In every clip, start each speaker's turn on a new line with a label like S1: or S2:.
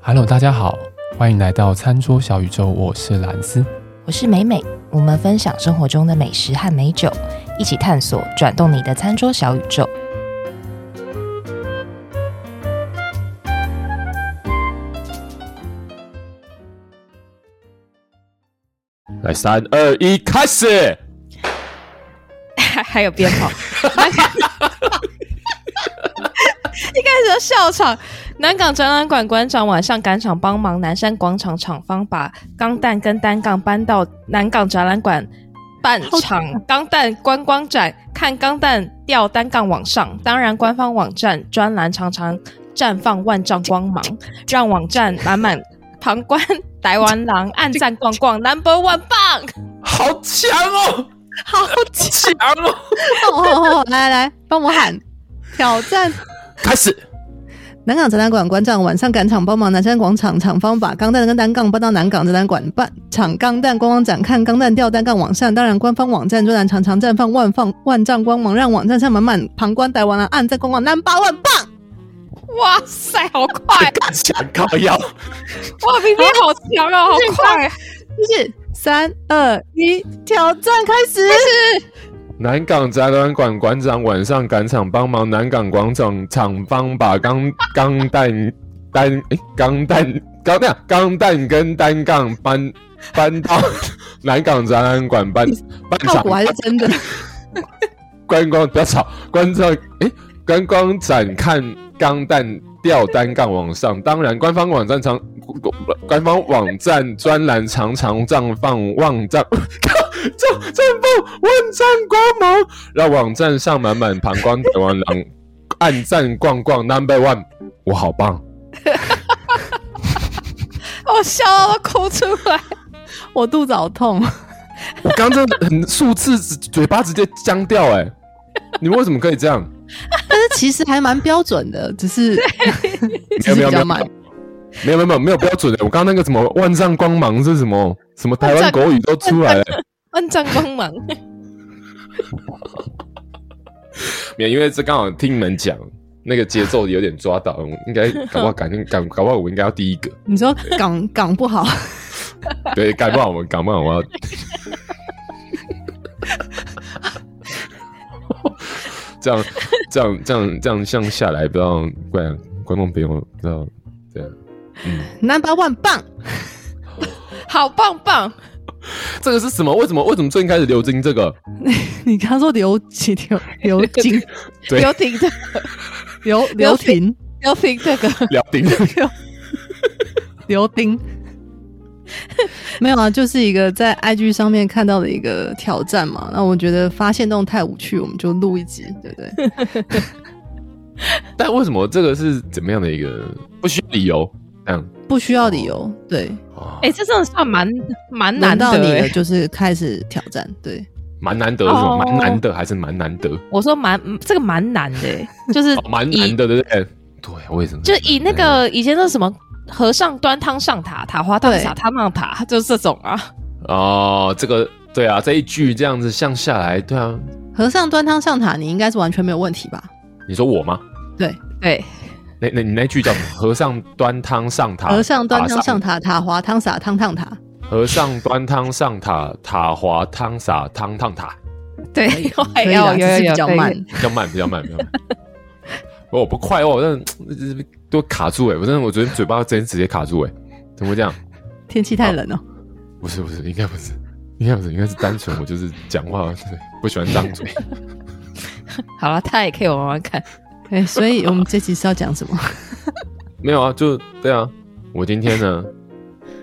S1: Hello，大家好，欢迎来到餐桌小宇宙，我是蓝斯。
S2: 我是美美，我们分享生活中的美食和美酒，一起探索转动你的餐桌小宇宙。
S3: 来，三二一，开始！
S4: 还 还有鞭炮。 一开始就笑场。南港展览馆馆长晚上赶场帮忙南山广场厂方把钢弹跟单杠搬到南港展览馆办场钢弹观光展，看钢弹吊单杠往上。当然，官方网站专栏常常绽放万丈光芒，让网站满满旁观台湾狼暗赞逛逛 number one 棒。
S3: 好强哦，
S5: 好
S3: 强哦！
S5: 哦哦哦！来来，帮我喊挑战！
S3: 开始，
S5: 南港展览馆馆长晚上赶场帮忙南山广场厂方把钢弹跟单杠搬到南港展览馆办场钢弹观光展，看钢弹吊单杠往上。当然，官方网站专栏常常绽放万放万丈光芒，让网站上满满旁观台湾啊，暗赞观光 number one 棒！
S4: 哇塞，好快！啊
S3: 更强高腰，
S4: 哇，明天好强哦，好快！
S5: 就是三二一，挑战开始！
S3: 南港展览馆馆长晚上赶场帮忙，南港广场厂方把钢钢弹单诶钢弹钢弹钢弹跟单杠搬搬到南港展览馆办办
S5: 效
S3: 场
S5: 果还是真的，
S3: 观光不要吵，观照诶观光展看钢弹吊单杠往上，当然官方网站常 官方网站专栏常常绽放万 丈。绽绽放万丈光芒，让网站上满满旁观台湾狼暗赞逛逛 number one，我好棒！
S4: 我笑到都哭出来。
S5: 我肚子好痛。
S3: 我刚真的很数字嘴巴直接僵掉哎、你们为什么可以这样？
S5: 但是其实还蛮标准的，只是只是
S3: 没有没
S5: 比
S3: 有
S5: 较
S3: 没
S5: 慢
S3: 有。没有没有没有没有标准的，我刚刚那个什么万丈光芒是什么？什么台湾国语都出来了。
S4: 万丈光芒，
S3: 没有，因为这刚好听你们讲，那个节奏有点抓到，我应该搞不好赶紧赶搞不好我应该要第一 个，
S5: 你说港 港不好，
S3: 对，搞不好我搞不好我要。这样这样这样这样像下来，不知道观观众朋友不知道对啊，
S5: number one 棒，
S4: 好棒棒！
S3: 这个是什么？为什么为什么最开始流经这 个？
S5: 你刚说刘启 流刘金
S3: 对
S4: 刘 婷的，
S5: 刘刘婷
S4: 刘婷这个，
S3: 聊顶
S5: 刘丁，没有啊，就是一个在 IG 上面看到的一个挑战嘛。那我觉得发现动太无趣，我们就录一集，对不 对？
S3: 但为什么这个是怎么样的一个不需要理由？这样
S5: 不需要理由，对，
S3: 啊，
S4: 哎、这真的算蛮蛮
S5: 轮
S4: 难的、
S5: 到你了
S4: 欸。
S5: 就是开始挑战，对，
S3: 蛮难得是吗？
S4: 哦
S3: 蛮难得还是蛮难得？
S4: 我说蛮这个蛮难的、欸，就是
S3: 哦，蛮难的，对不对？对，我也是。
S4: 就以那个以前那什么和尚端汤上塔，塔花烫塔，
S5: 对
S4: 汤上塔，就是这种啊。
S3: 哦，这个对啊，这一句这样子向下来，对啊，
S5: 和尚端汤上塔，你应该是完全没有问题吧？
S3: 你说我吗？
S5: 对，
S4: 对，
S3: 那那你那句叫什么？和尚端汤上塔，
S5: 和尚端汤上
S3: 塔
S5: 塔，塔滑汤洒汤烫塔，
S3: 上，和尚端汤上塔，塔滑汤洒汤烫塔，
S4: 对，我也
S5: 可以
S4: 要
S5: 啦，
S4: 哎有
S5: 只
S4: 有
S5: 是
S4: 有
S5: 比较
S4: 可以
S5: 慢。
S3: 比较慢，比较慢，比较慢。哦，我不快哦，我真的都卡住哎、我真的我昨天嘴巴真的直接卡住哎、怎么会这样？
S5: 天气太冷了、哦
S3: 不是不是，应该不是，应该不是，应该是单纯我就是讲话对不喜欢张嘴。
S4: 好了，他也可以玩玩看。
S5: 哎、 所以我们这集是要讲什 么？
S3: 没有啊，就对啊。我今天呢，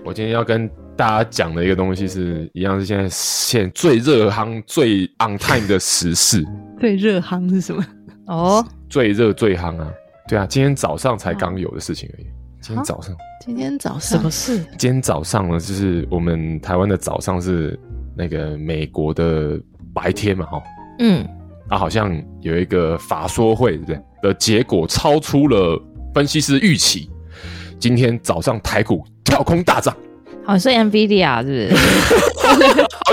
S3: 我今天要跟大家讲的一个东西是一样，是现在现最热夯、最 on time 的时事，
S5: 最热夯是什么？
S4: 哦，
S3: 最热最夯啊。对啊，今天早上才刚有的事情而已。今天早上，
S5: 今天早上
S4: 什么事？
S3: 今天早上呢，就是我们台湾的早上是那个美国的白天嘛，哈，
S4: 嗯，
S3: 啊，好像有一个法说会，对不对？的结果超出了分析师预期。今天早上台股跳空大涨，
S4: 好，你说 NVIDIA 是不是？
S3: 好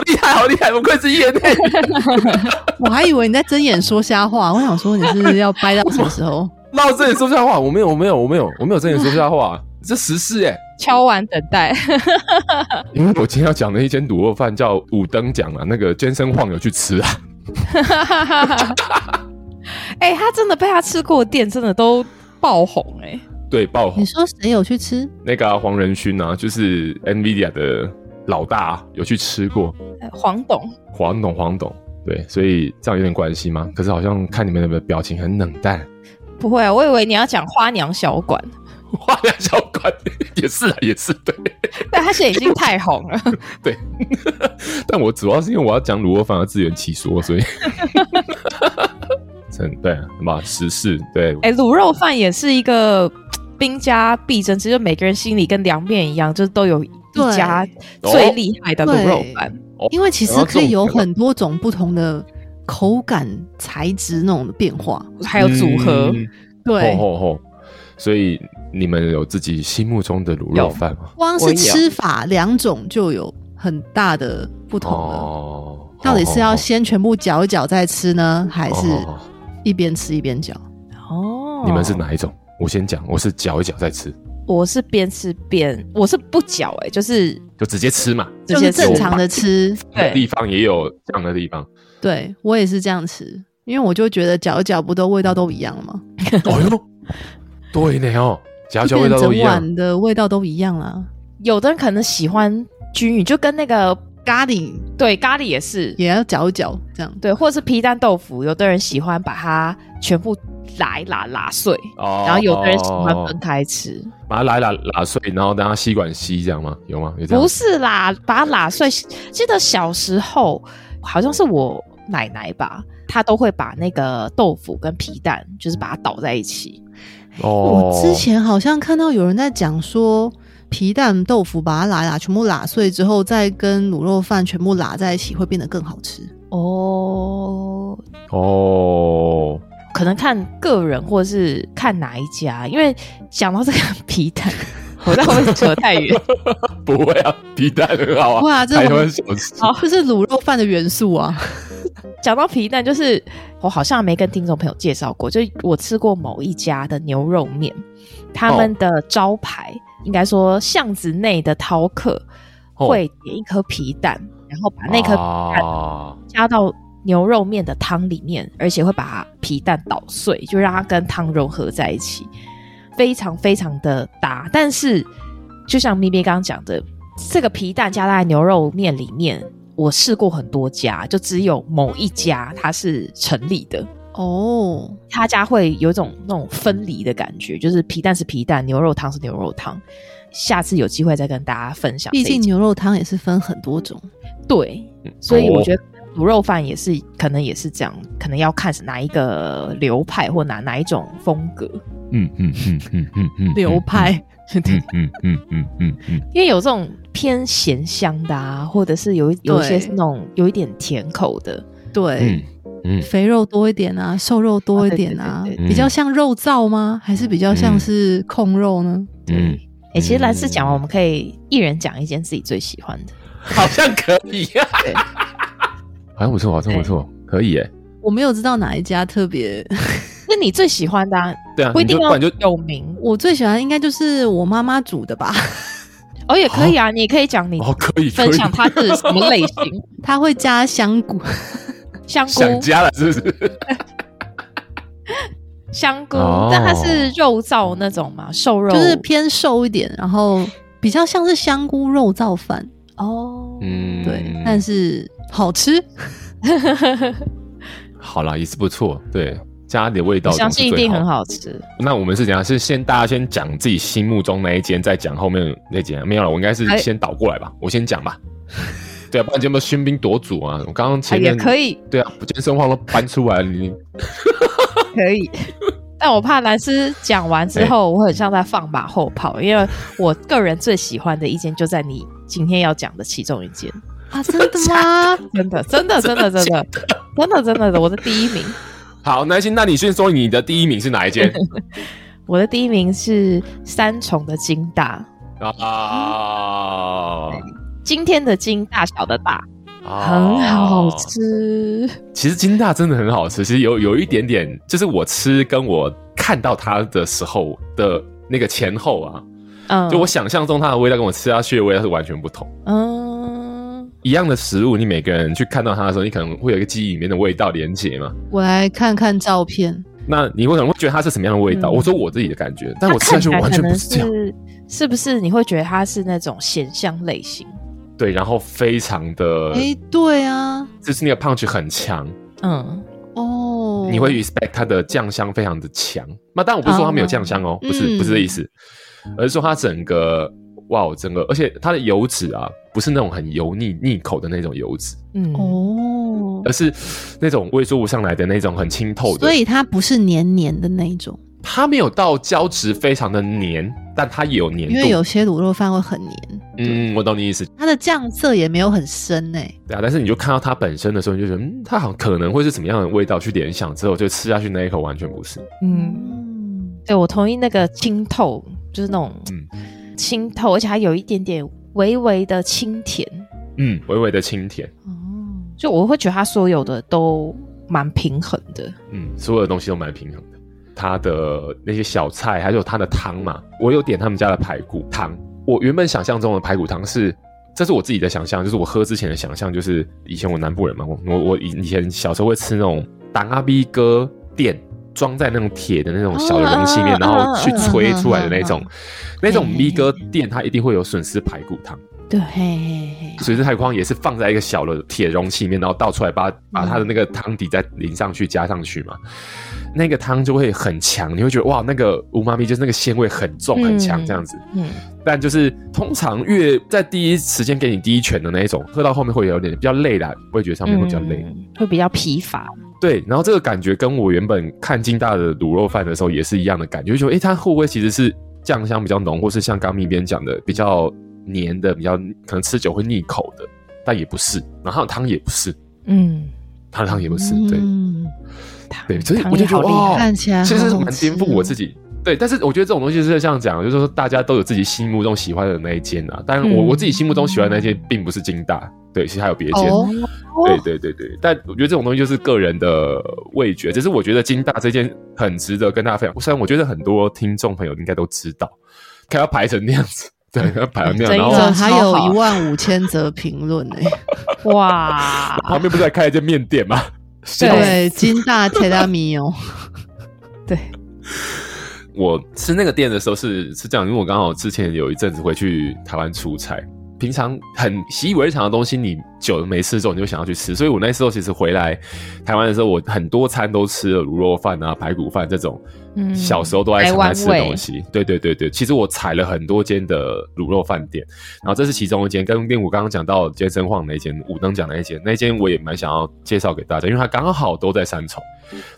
S3: 厉害，好厉害，不愧是业内。
S5: 我还以为你在睁眼说瞎话，我想说你是要掰到什么时候？
S3: 那我这里说瞎话，我没有，我没有，我没有，我没有睁眼说瞎话。啊这十四哎，
S4: 敲完等待。
S3: 因为我今天要讲的一间卤肉饭叫五灯奖啊，那个健身晃有去吃啊，
S4: 哎、他真的被他吃过的店真的都爆红哎、
S3: 对，爆
S5: 你
S3: 红
S5: 说谁有去吃？
S3: 那个啊、黄仁勋啊，就是 NVIDIA 的老大、有去吃过，
S4: 哎黄董
S3: 黄董黄董，对，所以这样有点关系吗？可是好像看你们的表情很冷淡，
S4: 不会啊，我以为你要讲花娘小馆，
S3: 花样小馆 也是啊，也是对。
S4: 但他现在已经太红 了。
S3: 但我主要是因为我要讲卤肉饭而自圆其说， 所以真对什么时事对，
S4: 哎、卤肉饭也是一个兵家必争之，就每个人心里跟凉面一样，就是都有一家
S3: 对
S4: 最厉害的卤肉饭。
S3: 哦
S5: 因为其实可以有很多种不同的口感、材质那种的变化。
S4: 还有组合，
S3: 嗯
S5: 对，
S3: 吼吼吼！所以你们有自己心目中的卤肉饭吗？
S5: 光是吃法两种就有很大的不同了。
S3: 哦，
S5: 到底是要
S3: 哦
S5: 先全部搅一搅再吃呢，还是
S3: 哦哦
S5: 一边吃一边搅？
S4: 哦
S3: 哦你们是？哪一种？我先讲，我是搅一搅再吃，
S4: 我是边吃边，我是不搅哎、就是
S3: 就直接吃嘛。
S4: 直
S5: 就
S4: 接
S5: 是
S4: 吃
S5: 正常的吃。
S4: 对
S3: 地方也有这样的地 方。
S5: 对我也是这样吃，因为我就觉得搅一搅不都味道都一样了吗？
S3: 哎呦，对呢哦，搅一搅味
S5: 变
S3: 道
S5: 成
S3: 都一
S5: 整
S3: 样。
S5: 碗的味道都一样啦。
S4: 有的人可能喜欢均匀，就跟那个
S5: 咖喱
S4: 对咖喱也是，
S5: 也要搅一搅，这样
S4: 对，或者是皮蛋豆腐，有的人喜欢把它全部拉一拉拉碎，
S3: 哦
S4: 然后有的人喜
S3: 哦
S4: 欢
S3: 哦
S4: 分开吃。
S3: 把它拉一拉拉碎，然后让它吸管吸这样吗？有吗？有这样？
S4: 不是啦，把它拉碎。记得小时候好像是我奶奶吧，她都会把那个豆腐跟皮蛋就是把它倒在一起。
S3: 哦，
S5: 我之前好像看到有人在讲说，皮蛋豆腐把它拉一拉，全部拉碎之后，再跟卤肉饭全部拉在一起，会变得更好吃。
S4: 哦，
S3: 哦，
S4: 可能看个人或是看哪一家，因为讲到这个皮蛋，我在会扯太远。
S3: 不会啊，皮蛋很好啊，
S5: 哇这
S3: 台
S5: 我
S3: 湾小吃
S4: 好
S5: 这是卤肉饭的元素啊！
S4: 讲到皮蛋，就是我好像没跟听众朋友介绍过，就是我吃过某一家的牛肉面，他们的招牌、应该说巷子内的饕客
S3: 哦
S4: 会点一颗皮蛋，然后把那颗皮蛋
S3: 啊
S4: 加到牛肉面的汤里面，而且会把皮蛋捣碎，就让它跟汤融合在一起，非常非常的搭。但是就像咪咪刚刚讲的，这个皮蛋加在牛肉面里面，我试过很多家，就只有某一家它是成立的。
S5: 哦，
S4: 他家会有一种那种分离的感觉，就是皮蛋是皮蛋，牛肉汤是牛肉汤。下次有机会再跟大家分享这一
S5: 毕
S4: 集。
S5: 竟牛肉汤也是分很多种。
S4: 对，
S3: 嗯
S4: 所以我
S3: 得
S4: 觉得卤肉饭也是，可能也是这样，可能要看是哪一个流派或哪哪一种风格，
S3: 嗯嗯嗯嗯嗯嗯
S5: 流派，
S3: 嗯嗯嗯嗯嗯嗯，
S4: 因为有这种偏咸香的啊，或者是有一有一些
S5: 对
S4: 是那种有一点甜口的，
S5: 对，
S3: 嗯
S5: 肥肉多一点啊，瘦肉多一点
S4: 啊
S5: 啊
S4: 对对
S3: 对，对
S5: 比较像肉燥吗？还是比较像是控肉呢？
S3: 嗯，
S4: 哎、其实蓝斯讲完，
S3: 嗯
S4: 我们可以一人讲一件自己最喜欢的。
S3: 好像可以呀
S4: 对，
S3: 好像不错，好像不错，可以哎，
S5: 我没有知道哪一家特别，
S4: 那你最喜欢的、啊、
S3: 对啊，
S4: 不一定
S3: 你就
S4: 要
S3: 不然就
S4: 有名
S5: 我最喜欢应该就是我妈妈煮的吧，
S4: 哦，也可以啊，你也可以讲你
S3: 哦，可以，可
S4: 分
S3: 以
S4: 享它是什么类型，
S5: 她会加香菇，
S4: 香
S3: 想
S4: 菇
S3: 家了是不是？
S4: 香菇
S3: 哦，
S4: 但它是肉燥那种嘛，瘦肉
S5: 就是偏瘦一点，然后比较像是香菇肉燥饭，
S4: 哦，
S3: 嗯，
S5: 对，但是好吃。
S3: 好啦，也是不错，对，加点味道
S4: 我
S3: 总
S4: 相
S3: 是
S4: 信一
S3: 最
S4: 定
S3: 好
S4: 很
S3: 的
S4: 好吃。啊
S3: 那我们是怎样？是先大家先讲自己心目中那一间，再讲后面那间？没有了，我应该是
S4: 哎
S3: 先倒过来吧，我先讲 吧。对啊，不然有没有喧宾夺主啊？我刚刚
S4: 啊
S3: 前面、
S4: 也可以，
S3: 对啊，健身房都搬出来了， 你
S4: 可 以。但我怕蓝斯讲完之后，我很像在放马后炮，因为我个人最喜欢的一间就在你今天要讲的其中一间，
S5: 啊，真的吗？
S4: 真的，真的，真的，真的，真的，真的的，我的第一名，
S3: 好，南心，那你先说你的第一名是哪一 间
S4: 我的第一名是三重的金大，
S3: 啊？
S4: 今天的金大小的大，
S3: 啊
S4: 很好。吃。
S3: 其实金大真的很好吃，其实有有一点点，就是我吃跟我看到它的时候的那个前后啊，
S4: 嗯，
S3: 就我想象中它的味道跟我吃下去的味道是完全不同。
S4: 嗯，
S3: 一样的食物，你每个人去看到它的时候，你可能会有一个记忆里面的味道连接嘛。
S5: 我来看看照片，
S3: 那你会可能会觉得它是什么样的味道？
S4: 嗯
S3: 我说我自己的感觉，但
S4: 它
S3: 我吃下
S4: 看
S3: 去
S4: 起来
S3: 完
S4: 可
S3: 全
S4: 能
S3: 不是这样。
S4: 是是不是你会觉得它是那种咸香类型？
S3: 对，然后非常的，
S5: 哎、对啊，
S3: 就是那个 punch 很强，
S4: 嗯
S5: 哦，
S3: 你会 respect 它的酱香非常的强。那当然我不是说它没有酱香哦，
S5: 嗯
S3: 不是不是这意思，而是说它整个哇，哦整个而且它的油脂啊，不是那种很油腻腻口的那种油脂，
S4: 嗯，
S5: 哦
S3: 而，是那种味说不上来的那种很清透的。
S5: 所以它不是黏黏的那一种，
S3: 它没有到胶质非常的黏，但它也有黏度。
S5: 因为有些卤肉饭会很黏，
S3: 嗯，我懂你意思。
S5: 它的酱色也没有很深诶、
S3: 对啊，但是你就看到它本身的时候，你就觉得，嗯，它好像可能会是什么样的味道，去联想之后就吃下去那一口完全不是。
S4: 嗯，
S5: 嗯，
S4: 对我同意那个清透，就是那种
S3: 嗯
S4: 清透，而且还有一点点微微的清甜，
S3: 嗯，微微的清甜，
S5: 哦，
S4: 就我会觉得它所有的都蛮平衡的。
S3: 嗯，所有的东西都蛮平衡的。它的那些小菜，还有它的汤嘛，我有点他们家的排骨汤。我原本想象中的排骨汤是，这是我自己的想象，就是我喝之前的想象，就是以前我南部人嘛，我我我以以前小时候会吃那种打阿逼哥店。装在那种铁的那种小的容器里面，
S4: 嗯
S3: 然后去
S4: 嗯嗯
S3: 吹
S5: 嗯
S3: 出来的
S5: 嗯
S3: 那
S5: 嗯
S3: 种，那种
S5: 嘿嘿
S3: 咪哥店它一定会有笋丝排骨汤。
S4: 对，
S5: 嘿嘿嘿，
S3: 水质太框也是放在一个小的铁容器里面，然后倒出来把，把它的那个汤底再淋上去，加上去嘛，那个汤就会很强，你会觉得哇，那个乌妈咪就是那个鲜味很重
S4: 嗯
S3: 很强这样子。
S4: 嗯，
S3: 但就是通常越在第一时间给你第一拳的那一种，喝到后面会有点比较累啦，味觉上面会比较累。
S4: 嗯会比较疲乏。
S3: 对，然后这个感觉跟我原本看金大的卤肉饭的时候也是一样的感觉，就觉得诶，它会不会其实是酱香比较浓，或是像刚蜜边讲的比较黏的，比较可能吃久会腻口的，但也不是，然后它的汤也不是，
S4: 嗯，
S3: 它的汤也不是，对、
S5: 嗯
S3: 对，所以
S4: 汤
S3: 我
S4: 也
S3: 就觉
S4: 好
S3: 得
S4: 厉害。啊
S3: 哇，
S5: 看起来
S3: 其实是
S5: 好好
S3: 蛮颠覆
S5: 吃哦
S3: 我自
S4: 哦
S3: 己。对，但是我觉得这种东西是这样讲，就是说大家都有自己心目中喜欢的那一间啊。当然我，我、
S4: 嗯
S3: 自己心目中喜欢的那间并不是金大，对，其实还有别间。
S5: 哦，
S3: 对对对对，但我觉得这种东西就是个人的味觉，只是我觉得金大这件很值得跟大家分享。虽然我觉得很多听众朋友应该都知道，看要排成那样子，对， 要排成那样，
S4: 真
S3: 然
S4: 的
S3: 后
S5: 这哦还有
S4: 超好
S5: 一万五千则评 论诶、
S4: 哇，
S3: 旁边不是还开了一间面店吗？
S4: 啊对
S5: 对，金大提拉 米哦，
S4: 对，
S3: 我吃那个店的时候是是这样，因为我刚好之前有一阵子回去台湾出差，平常很习以为常的东西，你久了没吃之后，你就想要去吃。所以我那时候其实回来台湾的时候，我很多餐都吃了卤肉饭啊、排骨饭这种，
S4: 嗯
S3: 小时候都爱
S4: 台
S3: 常
S4: 湾
S3: 爱吃的
S4: 味
S3: 东西。对对对对，其实我踩了很多间的卤肉饭店，然后这是其中一间，跟跟我刚刚讲到健身晃那一间、五灯讲那一间，那一间我也蛮想要介绍给大家，因为它刚好都在三重。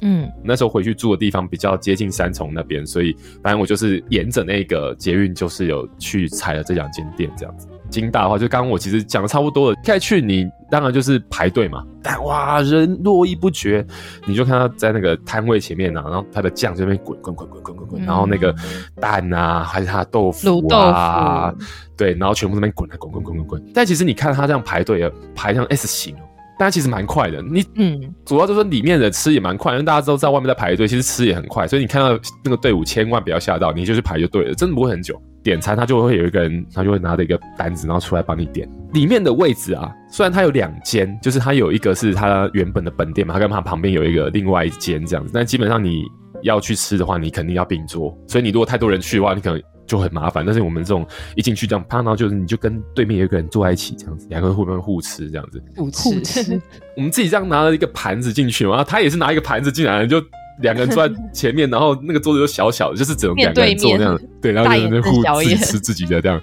S4: 嗯
S3: 那时候回去住的地方比较接近三重那边，所以反正我就是沿着那个捷运，就是有去踩了这两间店这样子。金大的话，就刚刚我其实讲的差不多了。再去你当然就是排队嘛，但哇人络绎不绝，你就看他在那个摊位前面啊，然后他的酱这边滚滚滚滚滚滚滚，
S4: 嗯
S3: 然后那个蛋啊，还是他的豆腐
S4: 卤
S3: 啊
S4: 豆，
S3: 对，然后全部在那边滚啊滚滚滚滚滚。但其实你看他这样排队啊，排成 S 型哦，但其实蛮快的。你
S4: 嗯，
S3: 主要就是里面的吃也蛮快，因为大家都在外面在排队，其实吃也很快，所以你看到那个队伍千万不要吓到，你就去排就对了，真的不会很久。点餐他就会有一个人，他就会拿着一个单子，然后出来帮你点。里面的位置啊，虽然它有两间，就是它有一个是它原本的本店嘛，它跟它旁边有一个另外一间这样子，但基本上你要去吃的话，你肯定要并桌，所以你如果太多人去的话，你可能。就很麻烦，但是我们这种一进去这样，啪，然后就是你就跟对面有一个人坐在一起这样子，两个会不会互吃这样子？
S4: 不
S5: 互吃，
S3: 我们自己这样拿了一个盘子进去嘛，然后他也是拿一个盘子进来，就两个人坐在前面，然后那个桌子就小小的，就是只能两个人坐那样，对，然后就在那边互
S4: 大
S3: 自
S4: 眼瞪小
S3: 己
S4: 眼
S3: 吃自己的这样，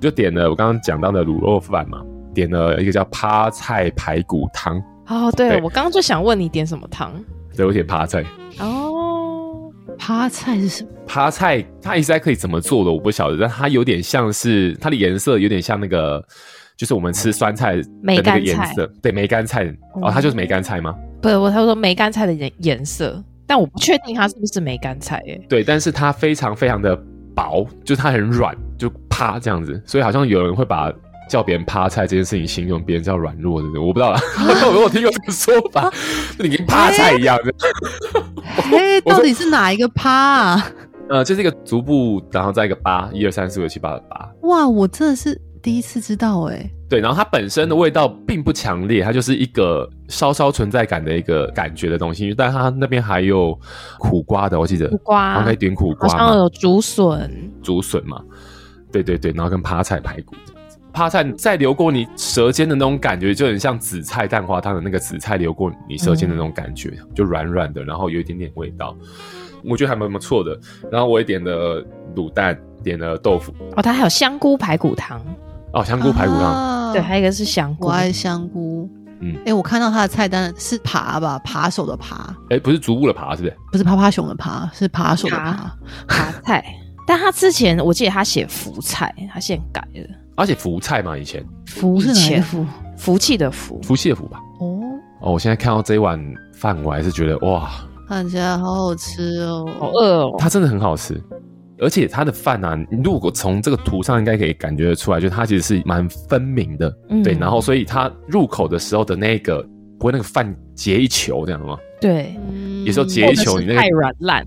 S3: 就点了我刚刚讲到的卤肉饭嘛，点了一个叫趴菜排骨汤，
S4: 哦，
S3: 对
S4: 对我刚刚就想问你点什么汤
S3: 对，我点趴菜，
S4: 哦，
S5: 趴菜是什 么？
S3: 趴菜它一直在可以怎么做的我不晓得，但它有点像是它的颜色有点像那个。就是我们吃酸菜的那
S4: 嗯梅
S3: 个
S4: 干
S3: 颜
S4: 菜
S3: 色，对梅干菜，哦，它就是梅干菜吗？
S4: 不是我，他说梅干菜的颜颜色，但我不确定它是不是梅干菜耶。
S3: 对，但是它非常非常的薄，就是它很软，就趴这样子，所以好像有人会把叫别人趴菜这件事情形容别人叫软弱，对不对？我不知道啦， 我有听过这个说法，就你跟趴菜一样的。
S5: 嘿，
S3: 我说
S5: 哎到底是哪一个趴啊？
S3: 呃，这是一个足部，然后再一个八，一二三四五六七八的八。
S5: 哇，我真的是第一次知道哎、
S3: 对，然后它本身的味道并不强烈，它就是一个稍稍存在感的一个感觉的东西。但它那边还有苦瓜的，我记得
S4: 苦瓜
S3: 然后可以点苦
S4: 好
S3: 瓜嘛，
S4: 像有竹笋，
S3: 竹笋嘛，对对对，然后跟趴菜排骨这样子。趴菜再流过你舌尖的那种感觉，就很像紫菜蛋花汤的那个紫菜流过你舌尖的那种感觉，就软软的，然后有一点点味道，我觉得还蛮不错的。然后我也点了卤蛋，点了豆腐，
S4: 哦，它还有香菇排骨汤，
S3: 哦，香菇排骨汤，
S5: 啊
S4: 对，还有一个是香菇
S5: 我，爱香菇。
S3: 嗯
S5: 嗯，哎，我看到他的菜单是爬吧，扒手的扒，
S3: 哎、不是足部的爬，是不是？
S5: 不是趴趴熊的趴，是扒手的
S4: 爬
S5: 扒。
S4: 茶菜。但他之前我记得他写福菜，他现改了
S3: 而且福菜嘛，以前
S5: 福是哪一
S4: 以
S5: 个
S4: 前
S5: 福？
S4: 福气的福，
S3: 福蟹福吧。
S5: 哦，
S3: 哦，我现在看到这一碗饭，我还是觉得哇，
S5: 看起来好好吃
S4: 好
S5: 哦。
S4: 饿哦。
S3: 它真的很好吃。而且它的饭啊，你如果从这个图上应该可以感觉得出来，就是它其实是蛮分明的，
S4: 嗯
S3: 对。然后所以它入口的时候的那个，不会那个饭结一球这样吗？
S4: 对，
S5: 嗯
S3: 有时候结
S4: 或
S3: 一
S4: 者
S3: 球，
S4: 是
S3: 你那
S4: 太
S3: 个
S4: 软烂，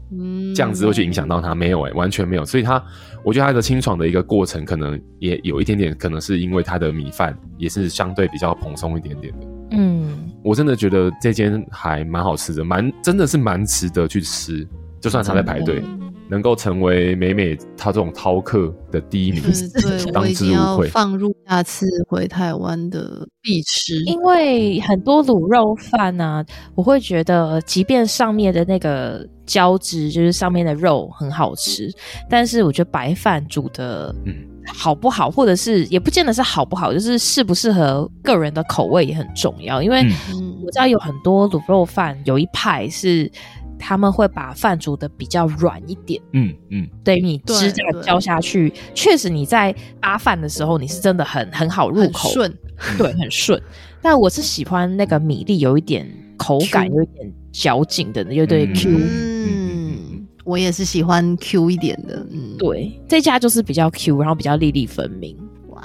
S3: 酱汁会去影响到它，没有哎、完全没有。所以它，我觉得它的清爽的一个过程，可能也有一点点，可能是因为它的米饭也是相对比较蓬松一点点的。
S4: 嗯，
S3: 我真的觉得这间还蛮好吃的，蛮真的是蛮值得去吃，就算他在排队，能够成为美美他这种饕客的第一名
S5: 嗯，对，，
S3: 当
S5: 我一
S3: 之
S5: 定
S3: 无
S5: 要
S3: 愧。
S5: 放入下次回台湾的必吃。
S4: 因为很多卤肉饭呢、我会觉得，即便上面的那个胶质，就是上面的肉很好吃，但是我觉得白饭煮的，
S3: 嗯
S4: 好不好，或者是也不见得是好不好，就是适不适合个人的口味也很重要。因为
S3: 嗯
S5: 嗯
S4: 我知道有很多卤肉饭有一派是他们会把饭煮的比较软一点。
S3: 嗯嗯，
S4: 对于你指甲
S5: 对对
S4: 交下去，确实你在扒饭的时候，你是真的很很好入
S5: 很
S4: 口，
S5: 顺，
S4: 对，很顺。但我是喜欢那个米粒有一点口感，
S5: Q
S4: 有一点嚼劲的，有点
S3: 嗯
S4: Q。
S5: 嗯，我也是喜欢 Q 一点的，嗯，
S4: 对，这家就是比较 Q，然后比较粒粒分明。
S5: 哇，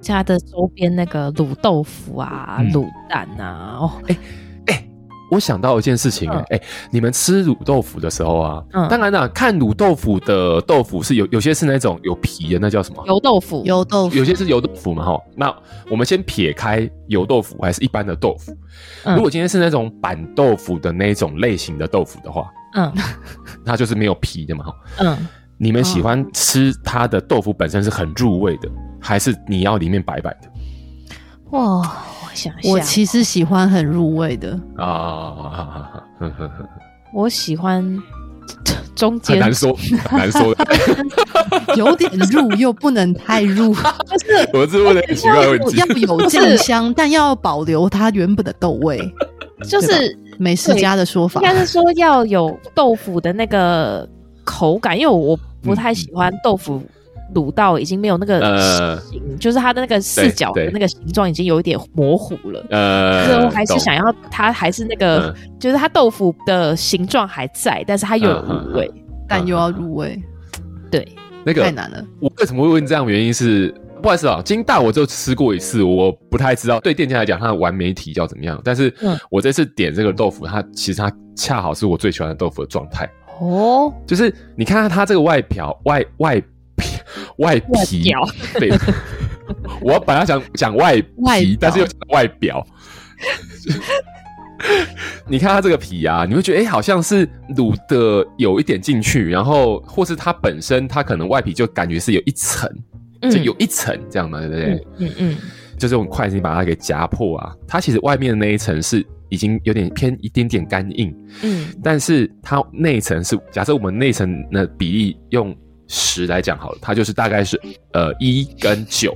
S4: 家的周边那个卤豆腐啊
S3: 嗯、
S4: 卤蛋啊，哦，
S3: 我想到一件事情、哎、你们吃卤豆腐的时候啊，
S4: 嗯
S3: 当然啦、看卤豆腐的豆腐是有有些是那种有皮的，那叫什么？
S4: 油豆腐，
S5: 油豆腐
S3: 有些是油豆腐嘛，哈。那我们先撇开油豆腐，还是一般的豆腐。
S4: 嗯
S3: 如果今天是那种板豆腐的那种类型的豆腐的话，
S4: 嗯
S3: 它就是没有皮的嘛。齁
S4: 嗯，
S3: 你们喜欢吃它的豆腐本身是很入味的，还是你要里面白白的
S5: 哇，
S4: 我想一下，
S5: 我其实喜欢很入味的，
S3: 啊？呵呵呵
S4: 我喜欢 中
S3: 很
S4: 间
S3: 难说，很难说。
S5: 有点入又不能 太入，
S3: 我是问了很奇怪的问题
S5: 要。有酱香，但要保留它原本的豆味，
S4: 就是
S5: 美食家的说法
S4: 应。该是说要有豆腐的那个口感，因为我不太喜欢豆腐卤到已经没有那个
S3: 呃
S4: 形，就是它的那个四角
S3: 对
S4: 的
S3: 对
S4: 那个形状已经有一点模糊了。就是
S3: 呃，
S4: 我还是
S3: 懂
S4: 想要它还是那个，就是它豆腐的形状还在，但是它又有
S3: 嗯嗯嗯
S4: 入味。
S5: 但又要入味，
S4: 对，
S3: 那
S5: 太
S3: 个。
S5: 难了。
S3: 我为什么会问这样？原因是不好意思啊，金大我就吃过一次，我不太知道对店家来讲它的完美体要怎么样。但是
S4: 嗯
S3: 我这次点这个豆腐，它其实它恰好是我最喜欢的豆腐的状态。
S4: 哦，
S3: 就是你看看它这个外表外外 皮外皮
S4: 表，
S3: 对，我本来想讲外
S5: 外
S3: 皮
S5: 表，
S3: 但是又讲外表。 你看它这个皮啊，你会觉得哎、诶好像是卤的有一点进去，然后或是它本身它可能外皮就感觉是有一层，
S4: 嗯
S3: 就有一层这样嘛，对不对？
S4: 嗯嗯嗯，
S3: 就这种筷子你把它给夹破啊，它其实外面的那一层是已经有点偏一点点干硬，
S4: 嗯
S3: 但是它内层是假设我们内层的比例用十来讲好了，它就是大概是呃一跟九，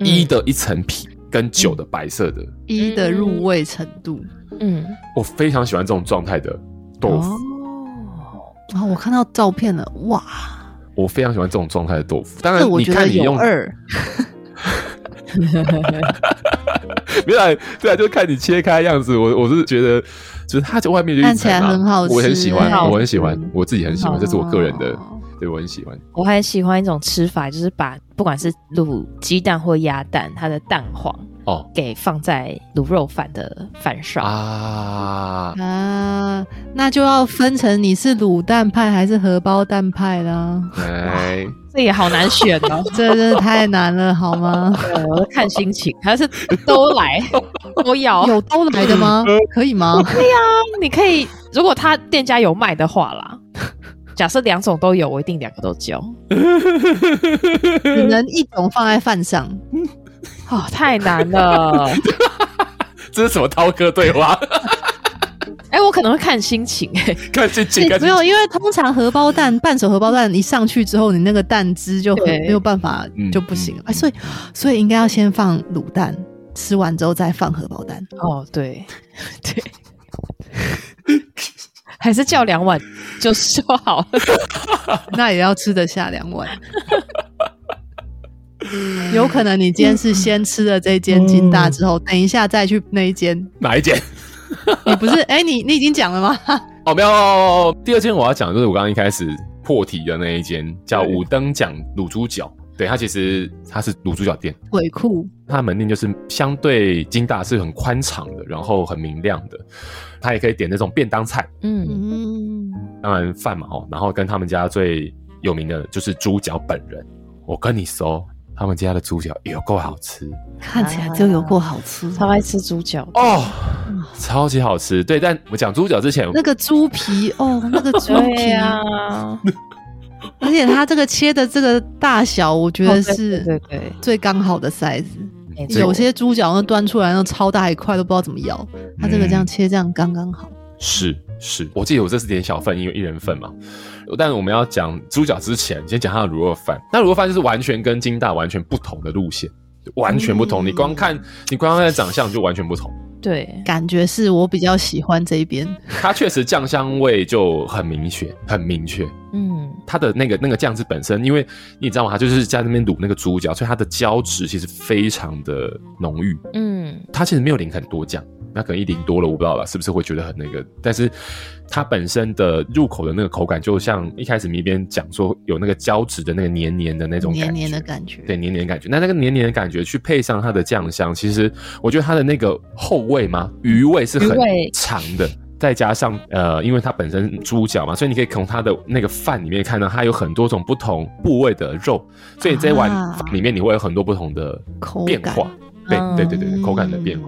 S4: 嗯
S3: 一的一层皮跟九的白色的，
S5: 一的入味程度。
S4: 嗯，
S3: 我非常喜欢这种状态的豆腐，
S5: 哦，然后我看到照片了，哇，
S3: 我非常喜欢这种状态的豆腐。当然
S5: 这我
S3: 你
S5: 觉
S3: 看
S5: 得
S3: 呃你
S5: 有
S3: 用
S5: 二，
S3: 没有啦，对啊，就看你切开的样子。我我是觉得，就是它在外面就一层啊
S5: 看起来很好吃
S3: 我很喜欢
S4: 很好，吃
S3: 我很喜欢，我自己很喜欢，
S5: 哦
S3: 这是我个人的，对我很喜欢。
S4: 我还喜欢一种吃法，就是把不管是卤鸡蛋或鸭蛋，它的蛋黄
S3: 哦
S4: 给放在卤肉饭的饭上。
S3: 啊，
S5: 啊，那就要分成你是卤蛋派还是荷包蛋派啦。
S1: 哎，
S4: 这也好难选哦。
S5: 这真的太难了，好吗？
S4: 对，我看心情，还是都来都要。
S5: 有都来的 吗？可以吗？
S4: 你可以，如果他店家有卖的话啦，假设两种都有，我一定两个都叫。
S5: 只能一种放在饭上，
S4: 哦，太难了。
S3: 这是什么涛哥对 话？
S4: 哎、我可能会看心情、 哎，
S3: 看心情，
S5: 你
S3: 看
S5: 没
S3: 心情
S5: 有，因为通常荷包蛋半熟荷包蛋一上去之后，你那个蛋汁就很
S4: 对
S5: 没有办法
S3: 嗯
S5: 就不行了，哎所以所以应该要先放卤蛋，吃完之后再放荷包蛋。
S4: 哦，对，对，还是叫两碗就说好了。
S5: 那也要吃得下两碗。有可能你今天是先吃了这间金大之后，等一下再去那一间。
S3: 哪一件？
S5: 你不是哎、你你已经讲了吗？
S3: 哦，没有。第二间我要讲的就是我刚刚一开始破题的那一间，叫
S1: 对
S3: 五灯奖卤猪脚。对，它其实它是卤猪脚店，
S5: 鬼库
S3: 它门店就是相对金大是很宽敞的，然后很明亮的。它也可以点那种便当菜，
S4: 嗯，
S5: 嗯，
S3: 当然饭嘛哦，然后跟他们家最有名的就是猪脚本人。我跟你说，他们家的猪脚有够好吃
S5: 看起来就有过好吃。
S4: 超爱吃猪脚。
S3: 哦，超级好吃。对，但我讲猪脚之前，
S5: 那个猪皮哦，那个猪
S4: 对啊
S5: 皮，
S4: 呀、
S5: 而且它这个切的这个大小，我觉得
S4: 哦对对
S5: 是
S4: 对对
S5: 最刚好的 size。
S4: 没错
S3: 所以
S5: 有些猪脚那端出来那超大一块，都不知道怎么咬。它这个这样切这样刚刚好。
S3: 是是，我记得我这是点小份，因为一人份嘛。但我们要讲猪脚之前，先讲它的卤肉饭。那卤肉饭就是完全跟金大完全不同的路线，完全不同。你光看你光看它的长相就完全不同。
S4: 对，
S5: 感觉是我比较喜欢这一边，
S3: 它确实酱香味就很明确，很明确。
S4: 嗯，
S3: 它的那个那个酱汁本身，因为你知道吗？它就是在那边卤那个猪脚，所以它的胶质其实非常的浓郁。
S4: 嗯，
S3: 它其实没有淋很多酱，那可能一淋多了，我不知道了，是不是会觉得很那个？但是它本身的入口的那个口感，就像一开始米边讲说有那个胶质的那个黏黏的那种感觉，
S5: 黏黏的感觉。
S3: 对，黏黏的感觉。那那个黏黏的感觉去配上它的酱香，其实我觉得它的那个后味嘛，余味是很
S4: 余味
S3: 长的。再加上呃，因为它本身猪脚嘛，所以你可以从它的那个饭里面看到它有很多种不同部位的肉，所以这一碗
S5: 啊
S3: 饭里面你会有很多不同的
S5: 口
S3: 变
S5: 感
S3: 化。对
S4: 嗯
S3: 对对对对，口感的变化。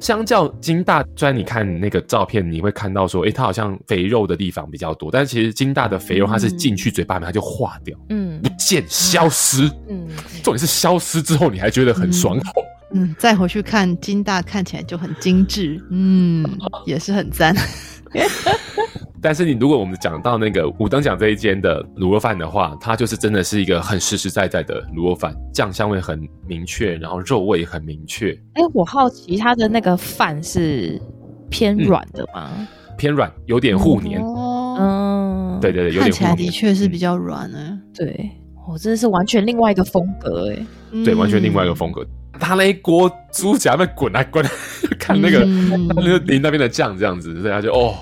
S3: 相较金大，虽然你看那个照片，你会看到说，诶、它好像肥肉的地方比较多，但其实金大的肥肉它是进去嘴巴里面它就化掉，
S4: 嗯
S3: 不，见消失。
S4: 嗯，
S3: 重点是消失之后，你还觉得很爽口。
S5: 嗯，再回去看金大看起来就很精致，嗯，也是很赞。
S3: 但是你如果我们讲到那个五等奖这一间的卤肉饭的话，它就是真的是一个很实实在在的卤肉饭，酱香味很明确，然后肉味也很明确，
S4: 哎、我好奇它的那个饭是偏软的吗？
S3: 偏软，有点护黏。
S5: 哦，
S4: 嗯，
S3: 对对对，有
S5: 看
S3: 点
S5: 起来
S3: 护
S5: 的
S3: 黏。
S5: 确是比较软啊呢。
S4: 对，我、真的是完全另外一个风格哎、
S3: 嗯
S5: 嗯
S3: 对，完全另外一个风格。他那一锅猪夹面滚来 滚来，看那个、
S5: 嗯
S3: 他那个淋那边的酱这样子，所以他就哦，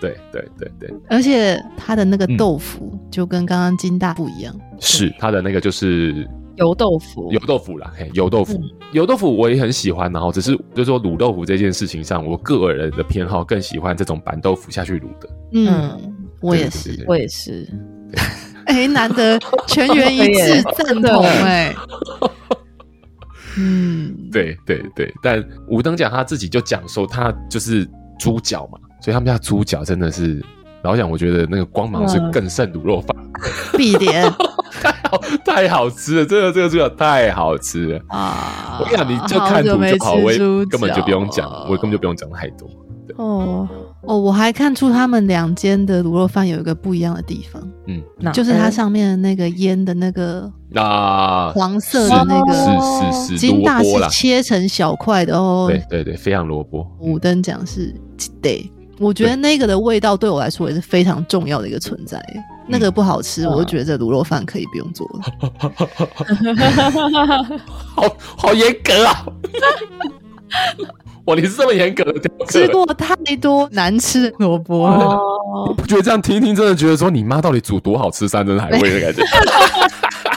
S3: 对对对对，
S5: 而且它的那个
S3: 嗯
S5: 豆腐就跟刚刚金大不一样，
S3: 是他的那个就是
S4: 油豆腐
S3: 油豆腐啦，嘿，油豆
S5: 嗯
S3: 腐，油豆腐我也很喜欢，然后只是就是说卤豆腐这件事情上，我个人的偏好更喜欢这种板豆腐下去卤的，
S5: 嗯，我
S3: 对
S5: 也
S3: 对
S5: 是，
S4: 我也是，
S5: 哎，难得全员一致赞同，哎，嗯，
S3: 对对对，但吴登讲他自己就讲说他就是猪脚嘛，所以他们家猪脚真的是。老讲，我觉得那个光芒是
S4: 嗯
S3: 更胜卤肉饭。
S5: 必点
S3: 好太好吃了，真的这个猪脚太好吃了。
S5: 啊！
S3: 我跟你讲，你就看
S5: 好久
S3: 图
S5: 没
S3: 就好，
S5: 吃
S3: 我也
S5: 猪
S3: 根本就不用
S5: 脚
S3: 讲，我根本就不用讲太多。
S4: 哦，
S5: 哦，我还看出他们两间的卤肉饭有一个不一样的地方，
S4: 那哎
S5: 就是它上面的那个腌的那个
S3: 那
S5: 黄色的那个
S3: 是是是是
S5: 金
S3: 萝
S5: 大
S3: 卜啦
S5: 是，切成小块的哦。
S3: 对对对，非常萝卜。
S5: 五等奖是对，我觉得那个的味道对我来说也是非常重要的一个存在。那个不好吃，我就觉得这卤肉饭可以不用做了。
S3: 好好严格啊！ 哇，你是这么严格的雕刻
S5: 吃，过太多难吃的萝卜了，
S4: 哦，
S3: 我觉得这样听一听，真的觉得说你妈到底煮多好吃山珍海味的感觉。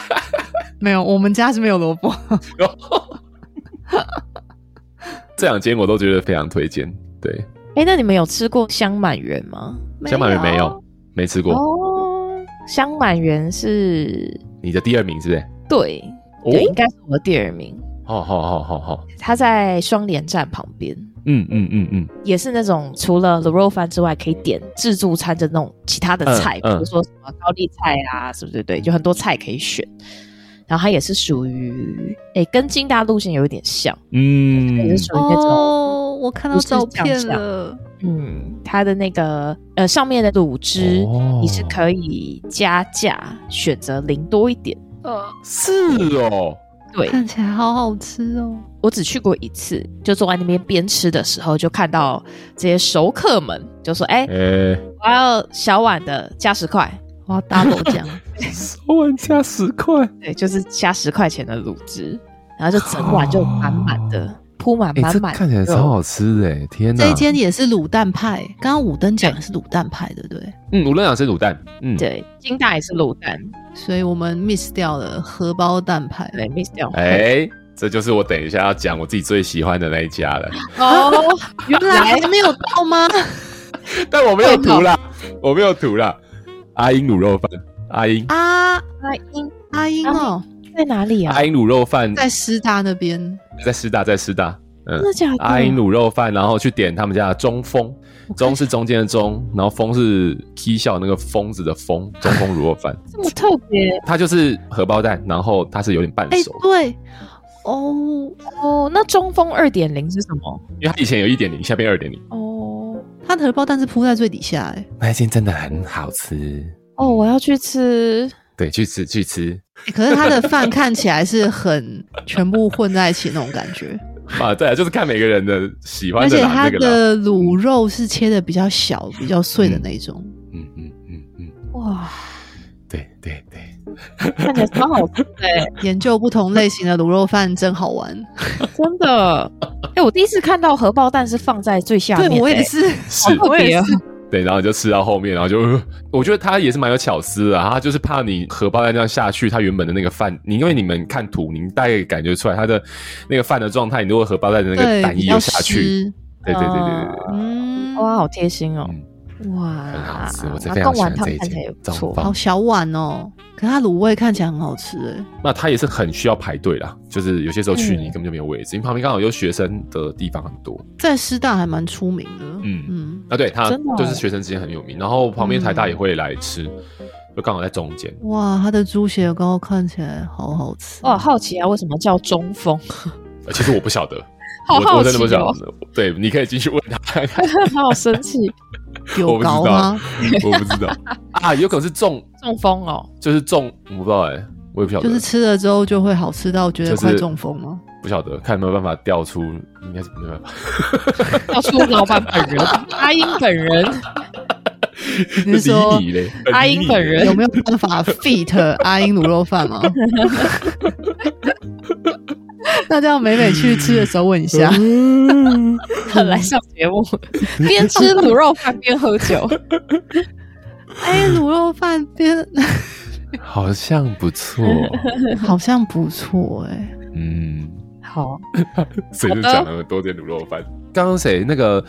S5: 没有，我们家是没有萝卜。
S3: 这两间我都觉得非常推荐。对，
S4: 哎，那你们有吃过香满园吗？
S3: 香满园没有，没吃过。
S4: 哦，香满园是
S3: 你的第二名是不是？
S4: 对，
S3: 哦
S4: 对，应该是我的第二名。
S3: 好好好好好，
S4: 它在双连站旁边，
S3: 嗯嗯嗯嗯，
S4: 也是那种除了卤肉饭之外可以点自助餐的那种其他的菜，
S3: 嗯嗯
S4: 比如说什么高丽菜啊，是不是？对，就很多菜可以选。然后它也是属于，哎，跟金大路线有一点像，也
S3: 嗯
S4: 是，属于那种，
S5: 哦，我看到
S4: 不是
S5: 照片
S4: 想象
S5: 了，
S4: 嗯，它的那个呃上面的卤汁、
S3: 哦
S4: 你是可以加价选择零多一点。
S5: 呃，
S3: 是哦，
S4: 对
S5: 看起来好好吃哦。
S4: 我只去过一次，就坐在那边边吃的时候，就看到这些熟客们就说：“哎、
S3: 哎，
S4: 我要小碗的加十块。”
S5: 我要 double 酱，
S3: 我碗加十块，
S4: 对，就是加十块钱的卤汁，然后就整碗就满满的铺满
S3: 哎，
S4: 满
S3: 这
S4: 满，
S3: 看起来超。好吃的，哎天哪！
S5: 这一间也是卤蛋派， 刚刚五灯讲的是卤蛋派，对不对？
S3: 嗯，无论两是卤蛋，嗯，
S4: 对，金大也是卤蛋，
S5: 所以我们 miss 掉了荷包蛋派。
S4: 对，miss 掉。
S3: 哎，这就是我等一下要讲我自己最喜欢的那一家了，
S4: 哦，
S5: 原来还没有到吗？
S3: 但我没有图啦，我没有图啦，阿英卤肉饭，阿英。
S5: 啊，
S4: 那英
S5: 阿英哦，
S4: 在哪里啊
S3: 阿？英卤肉饭
S5: 在师大那边，
S3: 在师大，在师大，嗯
S4: 真，的假的？
S3: 阿英卤肉饭，然后去点他们家的中风，中是中间的中，然后风是 K 笑那个疯子的疯，中风卤肉 饭，
S4: 这么特别
S3: 它就是荷包蛋，然后它是有点半
S5: 哎
S3: 熟，，
S5: 对，哦，
S4: 哦。那中风二点零是什么？
S3: 因为它以前有一点零，下边二点零，
S4: 哦
S5: 它的荷包蛋是铺在最底下，哎，
S3: 那一间真的很好吃。
S4: 哦，我要去吃。
S3: 对，去吃去吃
S5: 欸可是它的饭看起来是很全部混在一起那种感觉，
S3: 啊！对啊，就是看每个人的喜欢
S5: 而
S3: 的
S5: 且
S3: 啦，
S5: 它
S3: 那个啦。
S5: 的卤肉是切的比较小、比较碎的那种。
S3: 嗯嗯嗯嗯，
S4: 哇，
S3: 对对对，
S4: 看起来超好吃哎、
S3: 嗯
S5: 研究不同类型的卤肉饭真好玩。
S4: 真的。哎、我第一次看到荷包蛋是放在最下面、
S5: 对我也
S4: 哎，
S5: 是，
S3: 是
S4: 好特别啊！
S3: 对，然后你就吃到后面，然后就， 呃我觉得他也是蛮有巧思的、啊，他就是怕你荷包蛋这样下去，他原本的那个饭，你因为你们看图，你大概感觉出来他的那个饭的状态，你如果荷包蛋的那个
S5: 对，
S3: 蛋
S5: 比
S3: 液
S5: 较
S3: 又下去，
S5: 湿。
S3: 对对对对对，
S4: 啊
S5: 嗯，
S4: 哇，好贴心哦！哇，
S3: 嗯很好吃，我真
S4: 那
S3: 非常
S4: 贡
S3: 喜
S4: 丸
S3: 欢
S4: 汤
S3: 这一
S4: 看起来也
S3: 间
S4: 不，
S3: 真
S4: 错。
S5: 好
S3: 棒。
S5: 小碗哦，可它卤味看起来很好吃哎。
S3: 那他也是很需要排队啦，就是有些时候去你根本就没有位置，因为旁边刚好有学生的地方很多
S5: 在师大还蛮出名的。
S3: 嗯
S5: 嗯嗯，
S3: 啊，对，他
S4: 真的哦
S3: 就是学生之间很有名，然后旁边台大也会来吃，
S4: 嗯
S3: 就刚好在中间。
S5: 哇，它的猪血糕看起来好好吃
S4: 我好好奇啊，为什么叫中风？
S3: 呃其实我不晓得，
S4: 好
S3: 我
S4: 好
S3: 我真的不
S4: 奇
S3: 晓
S4: 哦，
S3: 得，对，你可以进去问他看 看。
S4: 好生气，
S5: 有糕吗？
S3: 我不知道啊，有可能是中，
S4: 中风哦，
S3: 就是中，我不知道哎、我也不晓得，
S5: 就是吃了之后就会好吃到觉得快中风 吗？
S3: 不晓得，看有没有办法调出，应该是没办法，
S4: 要出老板本人，阿英本人，
S5: 你是说
S3: 离你嘞，
S4: 阿英本人
S5: 有没有办法 fit 阿英卤肉饭吗？ 那这样美美去吃的时候问一下，
S4: 来上节 目，边吃卤肉饭边喝酒，
S5: 哎，卤肉饭边
S3: 好像不 错，
S5: 好像不错哎、
S3: 嗯，
S4: 好，
S3: 谁是讲了多点卤肉饭？刚刚谁那个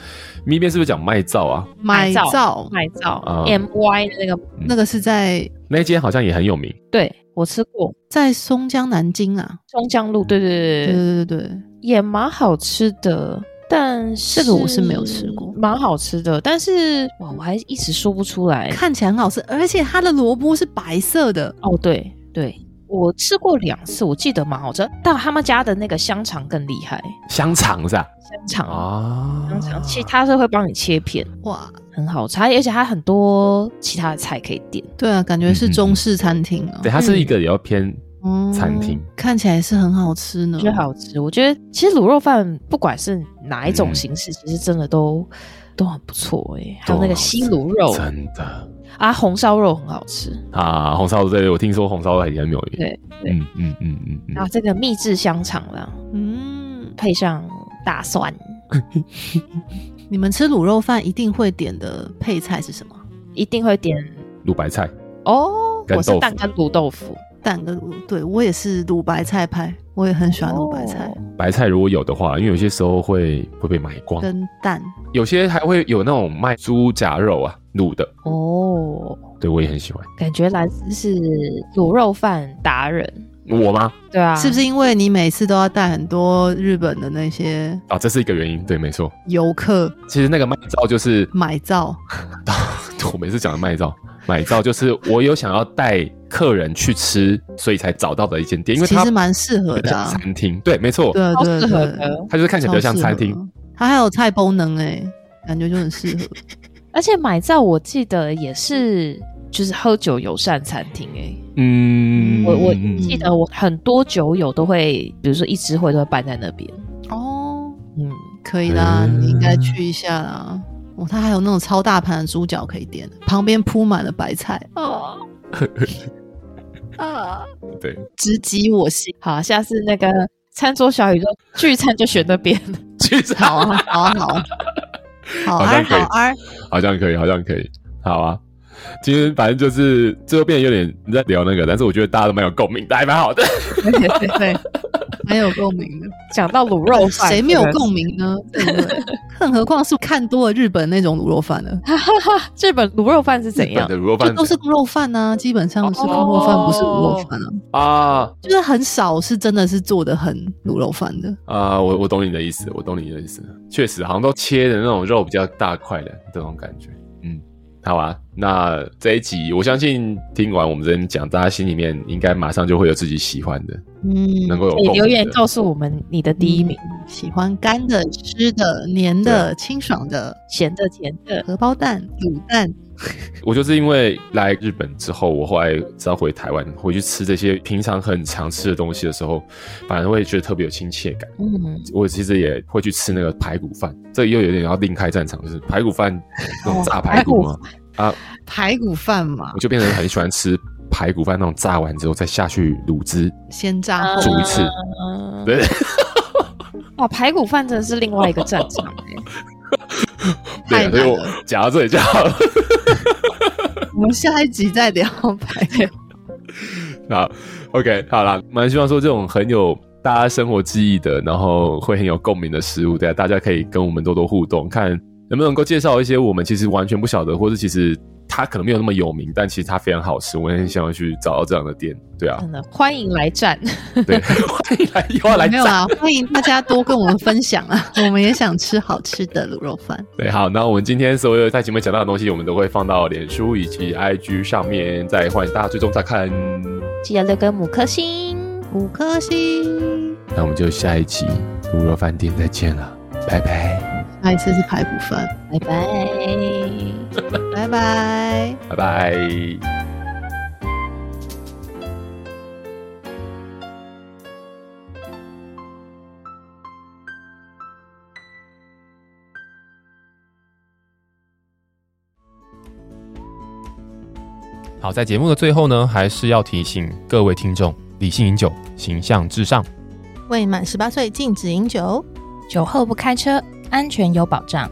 S3: 咪边是不是讲麦灶啊？
S4: 买
S5: 买灶
S4: 麦 照
S3: 啊
S4: M Y 的那个，
S5: 那个是在
S3: 那一间好像也很有名，
S4: 对我吃过。
S5: 在松江南京啊，
S4: 松江路，对对
S5: 对
S4: 对对，
S5: 对对对，
S4: 也蛮好吃的，但是
S5: 这个我是没有吃过
S4: 蛮好吃的，但是哇，我还一时说不出来。
S5: 看起来很好吃，而且它的萝卜是白色的，
S4: 哦，对对，我吃过两次，我记得蛮好吃，但他们家的那个香肠更厉害，
S3: 香肠是吧？
S4: 香肠
S3: 啊，
S4: 香肠，其他是会帮你切片，
S5: 哇，
S4: 很好吃，它而且它很多其他的菜可以点。
S5: 对啊，感觉是中式餐厅啊
S3: 对，，它是一个比较偏
S5: 哦
S3: 餐厅
S5: 看起来是很好吃呢
S4: 我觉，得好吃，我觉得其实卤肉饭不管是哪一种
S3: 嗯
S4: 形式，其实真的都都很不错哎、还
S3: 都
S4: 有
S3: 很
S4: 那个
S3: 好
S4: 西
S3: 吃
S4: 卤肉
S3: 真的
S4: 啊，红烧肉很好吃
S3: 啊，红烧对，我听说红烧也很有名，
S4: 对对
S3: 嗯嗯嗯嗯嗯
S4: 啊，这个秘制香肠啦，
S5: 嗯，
S4: 配上大蒜，
S5: 你们吃卤肉饭一定会点的配菜是什么？
S4: 一定会点
S3: 卤白菜。
S4: 哦。
S3: 干嗯豆
S4: 我是
S3: 腐
S4: 蛋干卤豆腐，
S5: 蛋跟卤，对我也是卤白菜派，我也很喜欢卤白菜、
S3: 白菜如果有的话，因为有些时候会会被买光，
S5: 跟蛋。
S3: 有些还会有那种卖猪夹肉啊，卤的，
S4: 哦，
S3: 对我也很喜欢。
S4: 感觉兰斯是卤肉饭达人，
S3: 我吗？
S4: 对啊，
S5: 是不
S4: 是？
S5: 是因为你每次都要带很多日本的那些
S3: 啊，这是一个原因，对，没错。
S5: 游客
S3: 其实那个麦照就是，
S5: 买照？
S3: 我每次讲的麦照，买照就是我有想要带客人去吃，所以才找到的一间店，因为
S5: 其
S3: 它
S5: 实蛮适合
S3: 比较像
S5: 的、啊，
S3: 餐厅，对，没错，
S5: 对啊
S4: 超
S5: 对
S4: 适合
S5: 对，
S4: 的，
S3: 它就是看起来比较像
S5: 超适合
S3: 餐厅。。
S5: 它还有菜包能哎、感觉就很适合。
S4: 而且买在我记得也是就是喝酒友善餐厅诶、
S3: 嗯，
S4: 我我
S3: 嗯嗯
S4: 记得我很多酒友都会，比如说一支会都会办在那边，
S5: 哦，
S4: 嗯，
S5: 可以啦，
S3: 嗯
S5: 你应该去一下啦。哦，它还有那种超大盘的猪脚可以点，旁边铺满了白菜，哦，啊，
S3: 对，
S5: 直击我心。
S4: 好，下次那个餐桌小宇宙聚餐就选那边，
S3: 其实
S5: 好啊，好啊，好 啊，好
S3: 好
S5: 啊，
S3: 像可
S5: 好
S3: 以
S5: 啊，
S3: 好像可以，好像可以，好啊。今天反正就是最后变得有点在聊那个，但是我觉得大家都蛮有共鸣的，还蛮好的。
S5: 对对，蛮有共鸣的。
S4: 讲到卤肉饭，
S5: 呃谁没有
S4: 这个
S5: 共鸣呢？对不对？ 更何况是看多了日本那种卤肉饭了，
S4: 日本卤肉饭是怎样
S3: 日本？的卤肉
S5: 啊就
S3: 饭
S5: 都是卤肉饭啊，基本上是卤肉饭，不是卤肉饭啊，
S3: 啊
S5: 就是很少是真的是做的很卤肉饭的。
S3: 啊，我我懂你的意思，我懂你的意思，确实好像都切的那种肉比较大块的这种感觉。嗯，好啊，那这一集我相信听完我们这边讲，大家心里面应该马上就会有自己喜欢的，
S5: 嗯，
S3: 能够有
S4: 可以
S3: 共
S4: 留言
S3: 鸣的。
S4: 告诉我们你的第一名，
S5: 喜欢干的、湿的、黏的、清爽的
S4: 咸的、甜的，
S5: 荷包蛋、卤蛋，
S3: 我就是因为来日本之后，我后来只要回台湾，回去吃这些平常很常吃的东西的时候，反而会觉得特别有亲切感。
S4: 嗯，
S3: 我其实也会去吃那个排骨饭，这又有点要另开战场，就是排骨饭那种炸哦排骨嘛，
S5: 排骨饭嘛
S3: 我，就变成很喜欢吃排骨饭那种炸完之后再下去卤汁
S5: 先炸
S3: 煮一次，
S4: 嗯
S3: 对，
S4: 哇，排骨饭真的是另外一个战场欸
S3: 对，所
S5: 太
S3: 以
S5: 难
S3: 我
S5: 了。
S3: 讲到这里就好了。
S5: 我们下一集再聊排骨。
S3: 好，OK，好啦，蛮希望说这种很有大家生活记忆的，然后会很有共鸣的食物，对、啊，大家可以跟我们多多互动，看能不能够介绍一些我们其实完全不晓得，或者其实它可能没有那么有名，但其实它非常好吃，我们很想要去找到这样的店，对啊，
S4: 真的欢迎来战，
S3: 对， 欢迎来，又要来
S5: 嗯没有
S3: 赞
S5: 啊，欢迎大家多跟我们分享啊，我们也想吃好吃的卤肉饭。
S3: 对，好，那我们今天所有在节目讲到的东西，我们都会放到脸书以及 IG 上面，再欢迎大家追踪再看。
S4: 记得六根五颗星，
S5: 五颗星，
S3: 那我们就下一集卤肉饭店再见了，拜拜，
S5: 下一次是排骨饭，
S4: 拜拜。
S5: 拜拜。
S3: 拜拜。
S6: 好，在节目的最后呢，还是要提醒各位听众，理性饮酒，形象至上。
S5: 未满十八岁禁止饮酒。
S2: 酒后不开车，安全有保障。